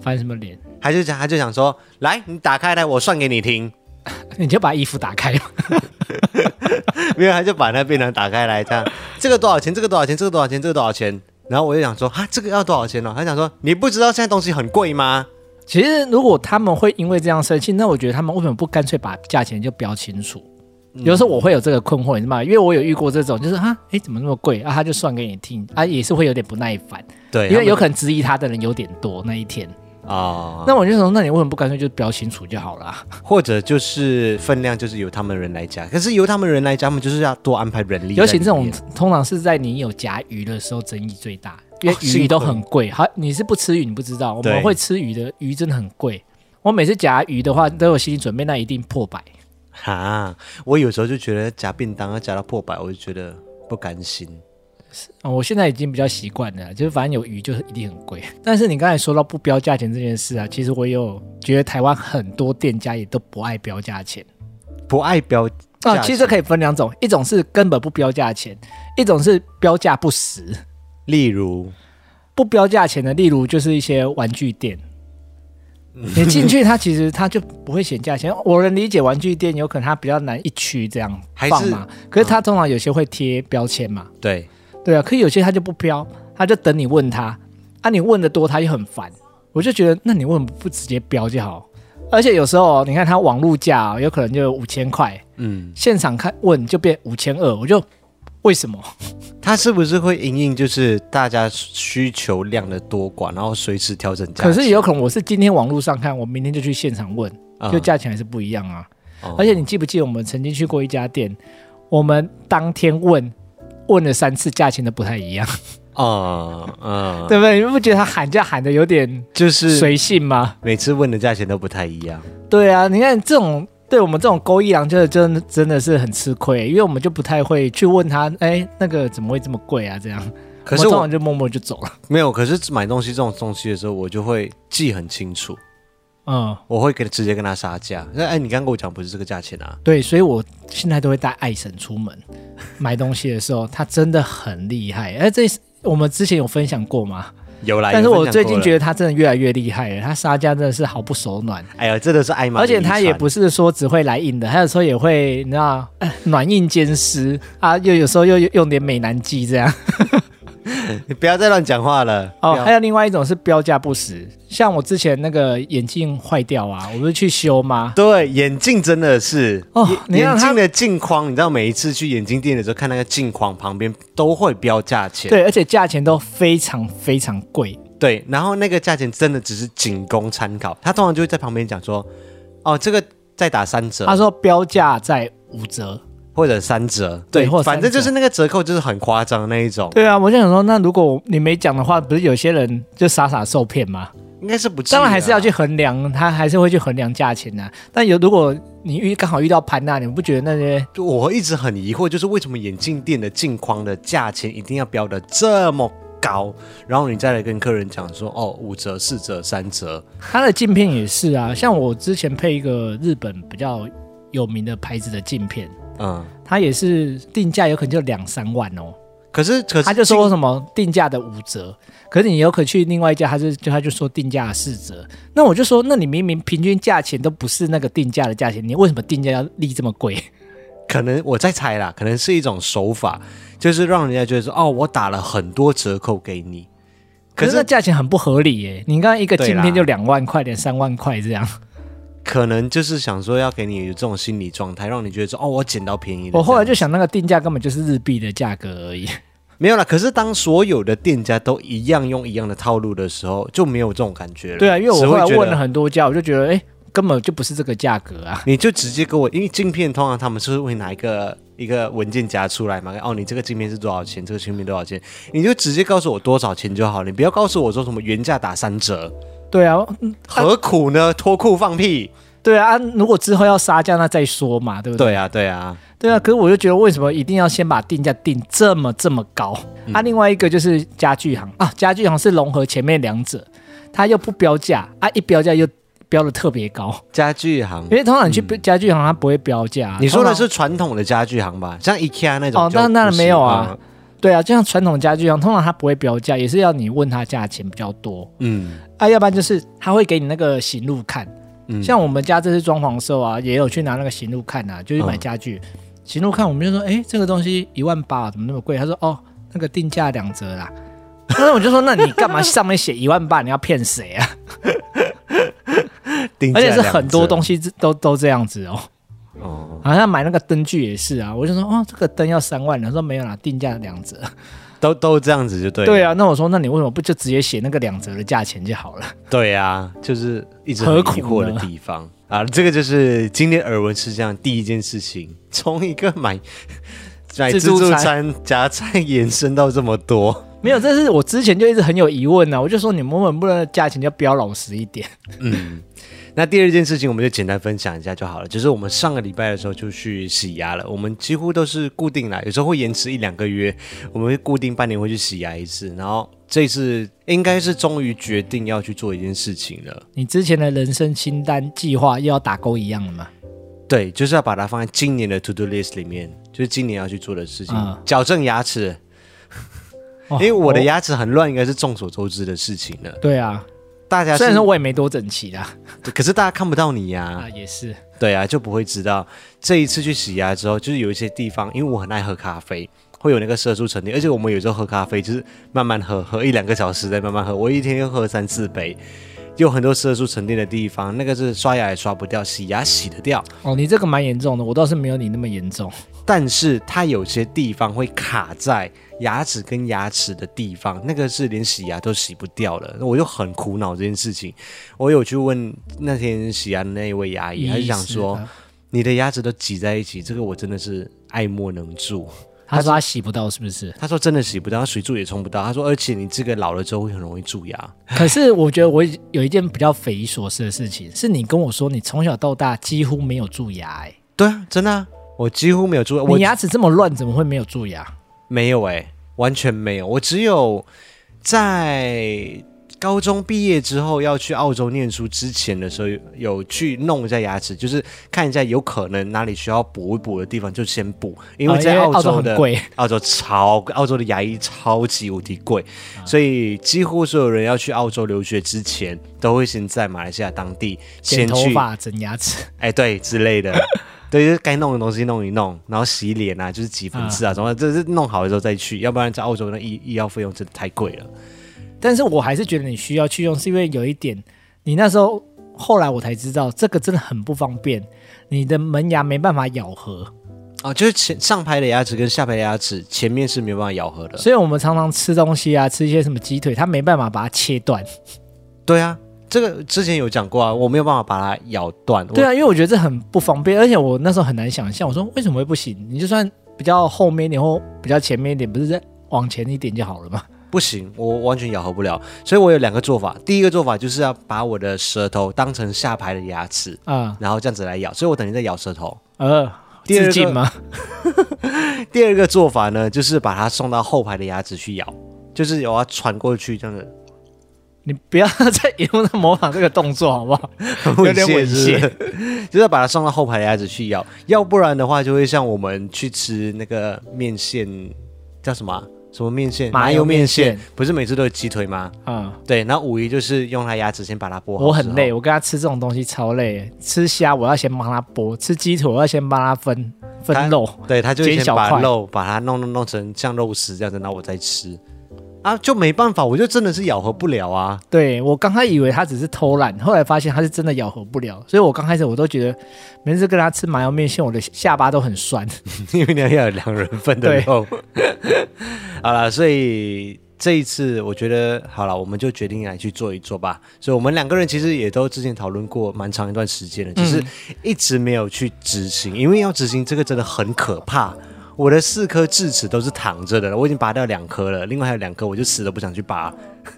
Speaker 2: 翻什么脸？
Speaker 1: 她就讲，她就想说，来，你打开来，我算给你听。 (laughs)
Speaker 2: 你就把衣服打开。
Speaker 1: 没有，她就把那便当打开来，这样，这个多少钱？这个多少钱？这个多少钱？这个多少钱？然后我就想说，啊，这个要多少钱呢、她想说，你不知道现在东西很贵吗？
Speaker 2: (laughs) 其实如果他们会因为这样生气，那我觉得他们为什么不干脆把价钱就标清楚？有时候我会有这个困惑，你知道吗？因为我有遇过这种，就是啊，哎，怎么那么贵啊？他就算给你听啊，也是会有点不耐烦，
Speaker 1: 对，
Speaker 2: 因为有可
Speaker 1: 能
Speaker 2: 能质疑他的人有点多那一天。
Speaker 1: 哦，
Speaker 2: 那我就说，那你为什么不干脆就标清楚就好了？啊
Speaker 1: 或者就是分量就是由他们人来加，可是由他们人来加，他们就是要多安排人力在里面。
Speaker 2: 尤其这种通常是在你有夹鱼的时候争议最大，因为
Speaker 1: 哦幸
Speaker 2: 鱼都
Speaker 1: 亏
Speaker 2: 很贵。好，你是不吃鱼，你不知道，我
Speaker 1: 对
Speaker 2: 们会吃鱼的鱼真的很贵。我每次夹鱼的话，都有心理准备，那一定破百。
Speaker 1: 哈，我有时候就觉得夹便当要夹到破百，我就觉得不甘心。
Speaker 2: 啊，我现在已经比较习惯了，就是反正有鱼就是一定很贵。 (laughs) 但是你刚才说到不标价钱这件事啊，其实我也有觉得台湾很多店家也都不爱标价钱
Speaker 1: 不爱标价
Speaker 2: 啊。其实这可以分两种，一种是根本不标价钱，一种是标价不实。
Speaker 1: 例如
Speaker 2: 不标价钱的，例如就是一些玩具店。
Speaker 1: 嗯
Speaker 2: 你进去，它其实它就不会显价钱。我能理解玩具店有可能它比较难一区这样
Speaker 1: 还
Speaker 2: 放
Speaker 1: 是
Speaker 2: 嘛，可是它通常有些会贴标签嘛，
Speaker 1: 对，
Speaker 2: 对啊，可有些他就不标，他就等你问他，啊，你问的多他就很烦，我就觉得那你为什么不直接标就好？而且有时候哦你看他网路价、哦、有可能就五千块，
Speaker 1: 嗯，
Speaker 2: 现场看问就变五千二，我就为什么？
Speaker 1: 它是不是会因应就是大家需求量的多寡，然后随时调整价钱？
Speaker 2: 可是有可能我是今天网路上看，我明天就去现场问，
Speaker 1: 嗯
Speaker 2: 就价钱还是不一样啊。
Speaker 1: 哦
Speaker 2: 而且你记不记得我们曾经去过一家店，我们当天问问了三次，价钱都不太一样，
Speaker 1: 嗯嗯，
Speaker 2: 对不对？你不觉得他喊价喊的有点
Speaker 1: 就是
Speaker 2: 随性吗？
Speaker 1: 每次问的价钱都不太一样。
Speaker 2: 对啊，你看这种对我们这种勾一郎，就是真真的是很吃亏，因为我们就不太会去问他，哎，那个怎么会这么贵啊？这样，
Speaker 1: 可是
Speaker 2: 我
Speaker 1: 我
Speaker 2: 通常就默默就走了。
Speaker 1: 没有，可是买东西这种东西的时候，我就会记很清楚，
Speaker 2: 嗯，
Speaker 1: 我会跟直接跟他杀价。那哎，你刚跟我讲不是这个价钱啊？
Speaker 2: 对，所以我现在都会带爱神出门
Speaker 1: (laughs)
Speaker 2: 买东西的时候，他真的很厉害。哎，这我们之前有分享过吗？
Speaker 1: 有啦，
Speaker 2: 但是
Speaker 1: 啊有分
Speaker 2: 我
Speaker 1: 享
Speaker 2: 最
Speaker 1: 过
Speaker 2: 近
Speaker 1: 了
Speaker 2: 觉得他真的越来越厉害了，他杀价真的是毫不手软，
Speaker 1: 哎呀，这都是艾玛的
Speaker 2: 而
Speaker 1: 遗传，
Speaker 2: 且他也不是说只会来硬的，他有时候也会你知道 (laughs) 呃软硬兼施啊，又有时候又用点美男计这样。
Speaker 1: 你 (laughs) 不要再乱讲话了
Speaker 2: 哦
Speaker 1: 不，要
Speaker 2: 还有另外一种是标价不实，像我之前那个眼镜坏掉啊，我不是去修吗？
Speaker 1: 对，眼镜真的是
Speaker 2: 哦
Speaker 1: 眼
Speaker 2: 你让
Speaker 1: 眼
Speaker 2: 他
Speaker 1: 镜的镜框，你知道每一次去眼镜店的时候，看那个镜框旁边都会标价钱，
Speaker 2: 对，而且价钱都非常非常贵。
Speaker 1: 对然后那个价钱真的只是仅供参考，他通常就会在旁边讲说，哦，这个再打三折，
Speaker 2: 他说标价在五折。
Speaker 1: 或者三折，
Speaker 2: 对或者三
Speaker 1: 反
Speaker 2: 折
Speaker 1: 正就是那个折扣就是很夸张的那一种，
Speaker 2: 对啊，我就想说，那如果你没讲的话，不是有些人就傻傻受骗吗？
Speaker 1: 应该是不至于啊
Speaker 2: 当然还是要去衡量，他还是会去衡量价钱呐、但有如果你遇刚好遇到潘娜，你不觉得那些
Speaker 1: 就我一直很疑惑，就是为什么眼镜店的镜框的价钱一定要标的这么高，然后你再来跟客人讲说，哦，五折、四折、三折，
Speaker 2: 它的镜片也是啊？像我之前配一个日本比较有名的牌子的镜片，
Speaker 1: 嗯，
Speaker 2: 它也是定价有可能就两三万哦，
Speaker 1: 可是可是
Speaker 2: 他就
Speaker 1: 镜
Speaker 2: 说什么定价的五折，可是你有可去另外一家，他是就他就说定价四折，那我就说，那你明明平均价钱都不是那个定价的价钱，你为什么定价要立这么贵？
Speaker 1: 可能我在猜啦，可能是一种手法，就是让人家觉得说，哦，我打了很多折扣给你，
Speaker 2: 可
Speaker 1: 可
Speaker 2: 是那
Speaker 1: 是
Speaker 2: 价钱很不合理耶！你刚刚一个镜
Speaker 1: 对啦
Speaker 2: 片就两万块，连三万块这样，
Speaker 1: 可能就是想说要给你有这种心理状态，让你觉得说，哦，我捡到便宜了。
Speaker 2: 我后来
Speaker 1: 这
Speaker 2: 就
Speaker 1: 样
Speaker 2: 想，那个定价根本就是日币的价格
Speaker 1: (laughs)
Speaker 2: 而已。
Speaker 1: 没有了。可是当所有的店家都一样用一样的套路的时候，就没有这种感觉了。
Speaker 2: 对啊，因为我
Speaker 1: 只会
Speaker 2: 后来
Speaker 1: 觉得
Speaker 2: 问了很多家，我就觉得，哎，根本就不是这个价格啊。
Speaker 1: 你就直接给我，因为镜片通常他们是会拿一个一个文件夹出来嘛，哦，你这个镜片是多少钱，这个镜片多少钱，你就直接告诉我多少钱就好，你不要告诉我说什么原价打三折，
Speaker 2: 对啊，嗯
Speaker 1: 何苦呢？脱裤放屁！
Speaker 2: 对啊，啊如果之后要杀价，那再说嘛，对不对？
Speaker 1: 对啊，对啊，
Speaker 2: 对啊，可是我就觉得为什么一定要先把定价定这么这么高？
Speaker 1: 嗯
Speaker 2: 啊，另外一个就是家具行啊，家具行是融合前面两者，它又不标价啊，一标价又标的特别高，
Speaker 1: 家具行
Speaker 2: 因，为通常你去家具行它不会标价啊、
Speaker 1: 嗯你说的
Speaker 2: 通
Speaker 1: 是传统的家具行吧？像 IKEA 那种
Speaker 2: 哦
Speaker 1: 就不是？
Speaker 2: 那当然没有
Speaker 1: 嗯。
Speaker 2: 啊常对啊，就像传统家具行，通常它不会标价，也是要你问它价钱比较多
Speaker 1: 嗯，
Speaker 2: 啊，要不然就是它会给你那个行路看，
Speaker 1: 嗯
Speaker 2: 像我们家这次装潢的时候啊，也有去拿那个行路看啊，就去
Speaker 1: 嗯
Speaker 2: 买家具。行路看，我们就说，哎、这个东西一万八，怎么那么贵？他说，哦，那个定价两折啦。那我就说，那你干嘛上面写一万八？你要骗谁啊？
Speaker 1: 定
Speaker 2: 而且是
Speaker 1: 价两
Speaker 2: 很多
Speaker 1: 折
Speaker 2: 东西都都这样子哦。
Speaker 1: 哦，
Speaker 2: 好像买那个灯具也是啊，我就说，哦，这个灯要三万，他说没有啦，定价两折。
Speaker 1: 都都这样子就对。
Speaker 2: 对，啊，那我说，那你为什么不就直接写那个两折的价钱就好了？
Speaker 1: 对啊，就是一直很疑
Speaker 2: 何苦
Speaker 1: 惑
Speaker 2: 呢
Speaker 1: 的地方啊。这个就是今天耳闻是这样，第一件事情，从一个买 (laughs) 买自
Speaker 2: 自助
Speaker 1: 助
Speaker 2: 餐
Speaker 1: 餐夹菜延伸到这么多，
Speaker 2: 没有，这是我之前就一直很有疑问呢、啊我就说，你们能不能价钱就标老实一点？ (laughs)
Speaker 1: 那第二件事情，我们就简单分享一下就好了。就是我们上个礼拜的时候就去洗牙了，我们几乎都是固定来，有时候会延迟一两个月，我们会固定半年会去洗牙一次。然后这次应该是终于决定要去做一件事情了，
Speaker 2: 你之前的人生清单计划又要打勾一样了吗？
Speaker 1: 对，就是要把它放在今年的 to do list 里面，就是今年要去做的事情，
Speaker 2: 嗯
Speaker 1: 矫正牙齿。
Speaker 2: 哦
Speaker 1: 因为我的牙齿很乱，应该是众所周知的事情了
Speaker 2: 我。对啊，
Speaker 1: 大家是
Speaker 2: 虽然说我也没多整齐啦，
Speaker 1: 可是大家看不到你呀、
Speaker 2: 啊也是，
Speaker 1: 对啊，就不会知道。这一次去洗牙之后，就是有一些地方，因为我很爱喝咖啡，会有那个色素沉淀，而且我们有时候喝咖啡就是慢慢喝，喝一两个小时再慢慢喝，我一天要喝三四杯，有很多色素沉淀的地方，那个是刷牙也刷不掉，洗牙洗得掉，
Speaker 2: 哦，你这个蛮严重的，我倒是没有你那么严重。
Speaker 1: 但是它有些地方会卡在牙齿跟牙齿的地方，那个是连洗牙都洗不掉了，我就很苦恼这件事情。我有去问那天洗牙的那一位牙医，他就
Speaker 2: 医
Speaker 1: 哎想
Speaker 2: 师
Speaker 1: 说。
Speaker 2: 啊
Speaker 1: 你的牙齿都挤在一起，这个我真的是爱莫能助。 (laughs)
Speaker 2: 他说他洗不到是不是？ (laughs)
Speaker 1: 他说真的洗不到，他水柱也冲不到。他说，而且你这个老了之后会很容易蛀牙。
Speaker 2: 可是我觉得我有一件比较匪夷所思的事情，是你跟我说你从小到大几乎没有蛀牙、欸，
Speaker 1: 对啊，真的、啊，我几乎没有蛀牙，我
Speaker 2: 你牙齿这么乱，怎么会没有蛀牙？
Speaker 1: 没有哎、完全没有。我只有在高中毕业之后要去澳洲念书之前的时候，有有去弄一下牙齿，就是看一下有可能哪里需要补一补的地方就先补，因为
Speaker 2: 哦
Speaker 1: 在
Speaker 2: 因为澳洲
Speaker 1: 洲
Speaker 2: 很
Speaker 1: 的、
Speaker 2: 贵
Speaker 1: 澳洲超澳洲的牙医超级无敌贵，所以几乎所有人要去澳洲留学之前，都会先在马来西亚当地
Speaker 2: 剪
Speaker 1: 先
Speaker 2: 头
Speaker 1: 去
Speaker 2: 发、整牙齿，
Speaker 1: 哎，对之类的，对，就是该弄的东西弄一弄，然后洗脸啊，就是挤粉刺啊，什么，这是弄好了之后再去，要不然在澳洲那医医药费用真的太贵了。
Speaker 2: 但是我还是觉得你需要去用，是因为有一点，你那时候后来我才知道，这个真的很不方便，你的门牙没办法咬合，
Speaker 1: 哦，就是前上排的牙齿跟下排的牙齿前面是没有办法咬合的。
Speaker 2: 所以我们常常吃东西啊，吃一些什么鸡腿，它没办法把它切断。
Speaker 1: 对啊，这个之前有讲过啊，我没有办法把它咬断。我
Speaker 2: 对，啊，因为我觉得这很不方便，而且我那时候很难想象，我说为什么会不行？你就算比较后面一点或比较前面一点，不是再往前一点就好了吗？
Speaker 1: 不行，我完全咬合不了。所以我有两个做法，第一个做法就是要把我的舌头当成下排的牙齿，
Speaker 2: 啊、
Speaker 1: 然后这样子来咬，所以我等于在咬舌头。
Speaker 2: 呃，
Speaker 1: 第二
Speaker 2: 致
Speaker 1: 个
Speaker 2: 敬吗？
Speaker 1: 第二个做法呢，就是把它送到后排的牙齿去咬，就是有要传过去这样 (laughs) 子。
Speaker 2: 你不要在荧幕上模仿这个动作好不好？有点猥
Speaker 1: 是
Speaker 2: 亵
Speaker 1: 不是 (laughs) 就是要把它送到后排的牙齿去咬，要不然的话就会像我们去吃那个面线，叫什么啊、什么面线？
Speaker 2: 麻油
Speaker 1: 面
Speaker 2: 面线
Speaker 1: 不是每次都有鸡腿吗？
Speaker 2: 啊、
Speaker 1: 对，那五一就是用它牙齿先把它剥好。哦
Speaker 2: 我很累，，我跟他吃这种东西超累。吃虾我要先帮他剥，吃鸡腿我要先帮他分
Speaker 1: 它
Speaker 2: 分肉。
Speaker 1: 对，他就会
Speaker 2: 煎
Speaker 1: 先
Speaker 2: 小
Speaker 1: 把
Speaker 2: 块
Speaker 1: 肉把它弄弄弄成像肉丝这样子，然后我再吃。啊，就没办法，我就真的是咬合不了啊。
Speaker 2: 对我刚开始以为他只是偷懒，后来发现他是真的咬合不了，所以我刚开始我都觉得每次跟他吃麻油面线，我的下巴都很酸。 (laughs)
Speaker 1: 因为你要有两人份的
Speaker 2: 对
Speaker 1: 肉。好了，所以这一次我觉得好了，我们就决定来去做一做吧。所以我们两个人其实也都之前讨论过蛮长一段时间了，只
Speaker 2: 嗯
Speaker 1: 是一直没有去执行，因为要执行这个真的很可怕。我的四颗智齿都是躺着的，我已经拔掉两颗了，另外还有两颗我就死都不想去拔。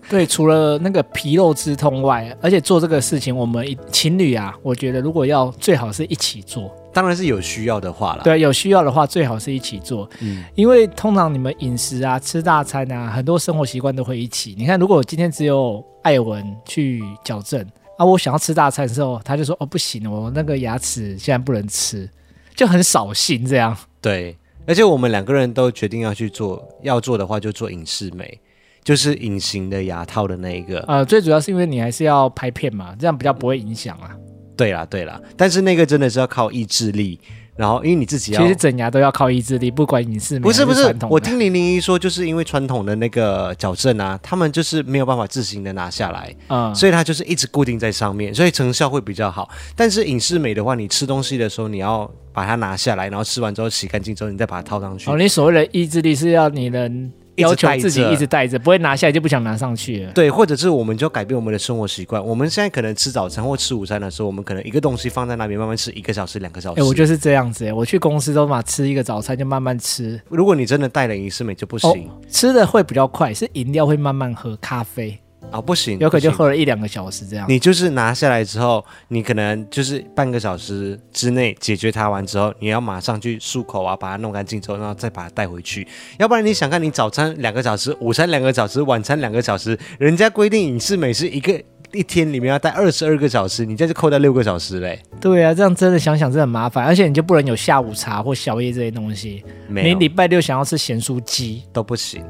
Speaker 2: 对，除了那个皮肉之痛外，而且做这个事情，我们一情侣啊，我觉得如果要最好是一起做。
Speaker 1: 当然是有需要的话啦，
Speaker 2: 对，有需要的话最好是一起做，
Speaker 1: 嗯
Speaker 2: 因为通常你们饮食啊、吃大餐啊，很多生活习惯都会一起。你看，如果今天只有艾文去矫正啊，我想要吃大餐的时候，他就说哦不行，我那个牙齿现在不能吃，就很扫兴这样。
Speaker 1: 对，而且我们两个人都决定要去做，要做的话就做隐适美，就是隐形的牙套的那一个。
Speaker 2: 呃，最主要是因为你还是要拍片嘛，这样比较不会影响啊。
Speaker 1: 对啦，对啦，但是那个真的是要靠意志力，然后因为你自己要
Speaker 2: 其实整牙都要靠意志力，不管你是
Speaker 1: 不是不是
Speaker 2: 传，统
Speaker 1: 我
Speaker 2: 的
Speaker 1: 听零零一说，就是因为传统的那个矫正啊，他们就是没有办法自行的拿下来，
Speaker 2: 嗯
Speaker 1: 所以它就是一直固定在上面，所以成效会比较好。但是影视美的话，你吃东西的时候，你要把它拿下来，然后吃完之后洗干净之后，你再把它套上去。
Speaker 2: 哦，你所谓的意志力是要你能
Speaker 1: 一直
Speaker 2: 要求
Speaker 1: 带
Speaker 2: 自己
Speaker 1: 着
Speaker 2: 一直带着，不会拿下来就不想拿上去了。
Speaker 1: 对，或者是我们就改变我们的生活习惯。我们现在可能吃早餐或吃午餐的时候，我们可能一个东西放在那边慢慢吃一个小时、两个小
Speaker 2: 哎、
Speaker 1: 时。
Speaker 2: 我就是这样子、欸，我去公司都嘛吃一个早餐就慢慢吃，
Speaker 1: 如果你真的带了影视美就不
Speaker 2: 哦
Speaker 1: 行、，
Speaker 2: 吃的会比较快，是饮料会慢慢喝，咖啡
Speaker 1: 啊，不行，
Speaker 2: 有可能就
Speaker 1: 不行
Speaker 2: 喝了一两个小时这样。
Speaker 1: 你就是拿下来之后，你可能就是半个小时之内解决它完之后，你要马上去漱口啊，把它弄干净之后，然后再把它带回去。要不然你想看，你早餐两个小时，午餐两个小时，晚餐两个小时，人家规定影视美是一个一天里面要带二十二个小时，你这就扣掉六个小时嘞。
Speaker 2: 对啊，这样真的想想是很麻烦，而且你就不能有下午茶或宵夜这些东西。
Speaker 1: 没
Speaker 2: 你
Speaker 1: 有
Speaker 2: 礼拜六想要吃咸酥鸡，
Speaker 1: 都不行，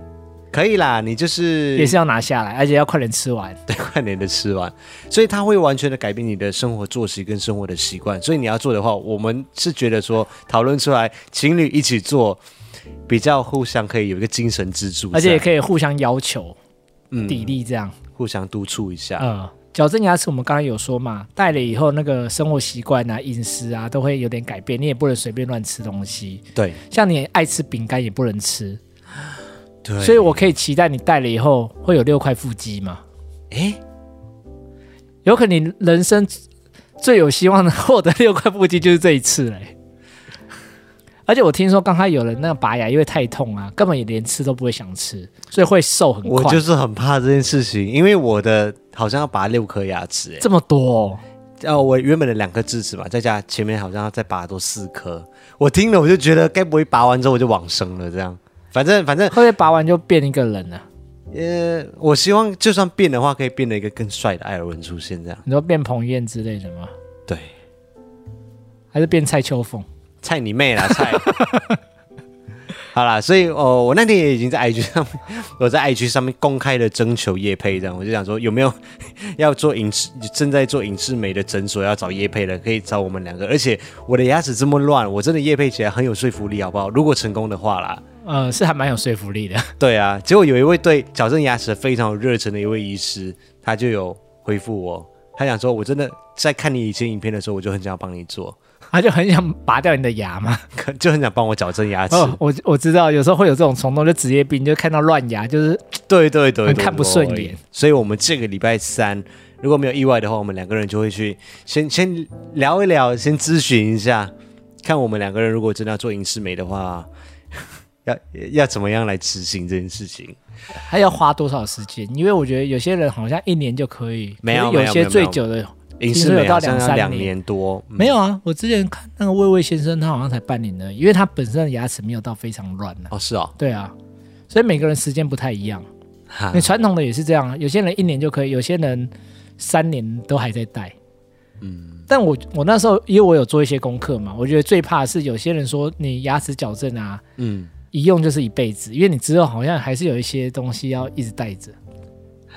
Speaker 1: 可以啦，你就是
Speaker 2: 也是要拿下来，而且要快点吃完。
Speaker 1: 对，快点的吃完，所以它会完全的改变你的生活作息跟生活的习惯。所以你要做的话，我们是觉得说讨论出来，情侣一起做，比较互相可以有一个精神支柱在，
Speaker 2: 而且也
Speaker 1: 以
Speaker 2: 可以互相要求、
Speaker 1: 嗯啊
Speaker 2: 砥砺这样。
Speaker 1: 互相督促一下。
Speaker 2: 呃，矫正牙齿我们刚刚有说嘛，戴了以后那个生活习惯啊、饮食啊都会有点改变，你也不能随便乱吃东西。
Speaker 1: 对
Speaker 2: 像你爱吃饼干也不能吃，
Speaker 1: 对，
Speaker 2: 所以我可以期待你戴了以后会有六块腹肌嘛？
Speaker 1: 诶，
Speaker 2: 有可能你人生最有希望的获得六块腹肌就是这一次嘞、而且我听说刚开始有人那个拔牙，因为太痛啊，根本也连吃都不会想吃，所以会瘦很
Speaker 1: 我
Speaker 2: 快。
Speaker 1: 就是很怕这件事情，因为我的好像要拔六颗牙齿，诶
Speaker 2: 这么多、哦，
Speaker 1: 呃，我原本的两颗智齿嘛，再加前面好像要再拔多四颗，我听了我就觉得该不会拔完之后我就往生了这样。反正反正
Speaker 2: 会不会拔完就变一个人了？
Speaker 1: 呃，我希望就算变的话，可以变得一个更帅的艾尔文出现，这样
Speaker 2: 你说变彭于晏之类的吗？
Speaker 1: 对。
Speaker 2: 还是变蔡秋凤？
Speaker 1: 菜你妹啦，菜！好啦，所以哦，我那天也已经在 IG 上面，我在 IG 上面公开的征求叶配，这样我就想说有没有要做影视正在做影视美的诊所要找叶配的，可以找我们两个。而且我的牙齿这么乱，我真的叶配起来很有说服力，好不好？如果成功的话啦，
Speaker 2: 呃，是还蛮有说服力的。 (laughs)
Speaker 1: 对啊。结果有一位对矫正牙齿非常有热忱的一位医师，他就有回复我，他想说我真的在看你以前影片的时候，我就很想要帮你做， (laughs)
Speaker 2: 他就很想拔掉你的牙嘛。
Speaker 1: 可就很想帮我矫正牙齿。
Speaker 2: 哦，我我知道，有时候会有这种冲动，就职业病，就看到乱牙，就是
Speaker 1: 对对对，
Speaker 2: 很
Speaker 1: 对
Speaker 2: 看不
Speaker 1: 对
Speaker 2: 顺眼
Speaker 1: 所以我们这个礼拜三，如果没有意外的话，我们两个人就会去先先聊一聊，先咨询一下，看我们两个人如果真的要做影视美的话， (laughs) 要要怎么样来执行这件事情？
Speaker 2: 还要花多少时间？因为我觉得有些人好像一年就可以，
Speaker 1: 没有
Speaker 2: 可是
Speaker 1: 没有
Speaker 2: 有
Speaker 1: 没
Speaker 2: 些
Speaker 1: 有
Speaker 2: 最久的
Speaker 1: 影
Speaker 2: 其
Speaker 1: 视
Speaker 2: 实
Speaker 1: 美
Speaker 2: 有到
Speaker 1: 好像
Speaker 2: 两
Speaker 1: 要
Speaker 2: 三
Speaker 1: 两
Speaker 2: 年
Speaker 1: 年多，嗯
Speaker 2: 没有啊。我之前看那个魏魏先生，他好像才半年而已，因为他本身的牙齿没有到非常乱呢、
Speaker 1: 哦是哦，
Speaker 2: 对啊，所以每个人时间不太一样。
Speaker 1: 哈
Speaker 2: 你传统的也是这样，啊，有些人一年就可以，有些人三年都还在戴。嗯，但我我那时候因为我有做一些功课嘛，我觉得最怕的是有些人说你牙齿矫正啊，
Speaker 1: 嗯，
Speaker 2: 一用就是一辈子，因为你之后好像还是有一些东西要一直带着，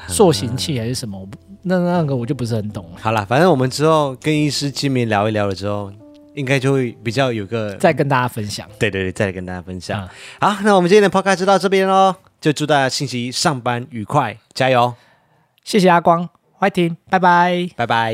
Speaker 2: 塑形器还是什么，我不那那个我就不是很懂了。
Speaker 1: 好啦，反正我们之后跟医师见面聊一聊了之后，应该就会比较有个
Speaker 2: 再跟大家分享，
Speaker 1: 对对对，再来跟大家分享。好，那我们今天的 podcast 就到这边喽，就祝大家星期一上班愉快，加油，
Speaker 2: 谢谢阿光，欢迎，拜拜。
Speaker 1: 拜拜。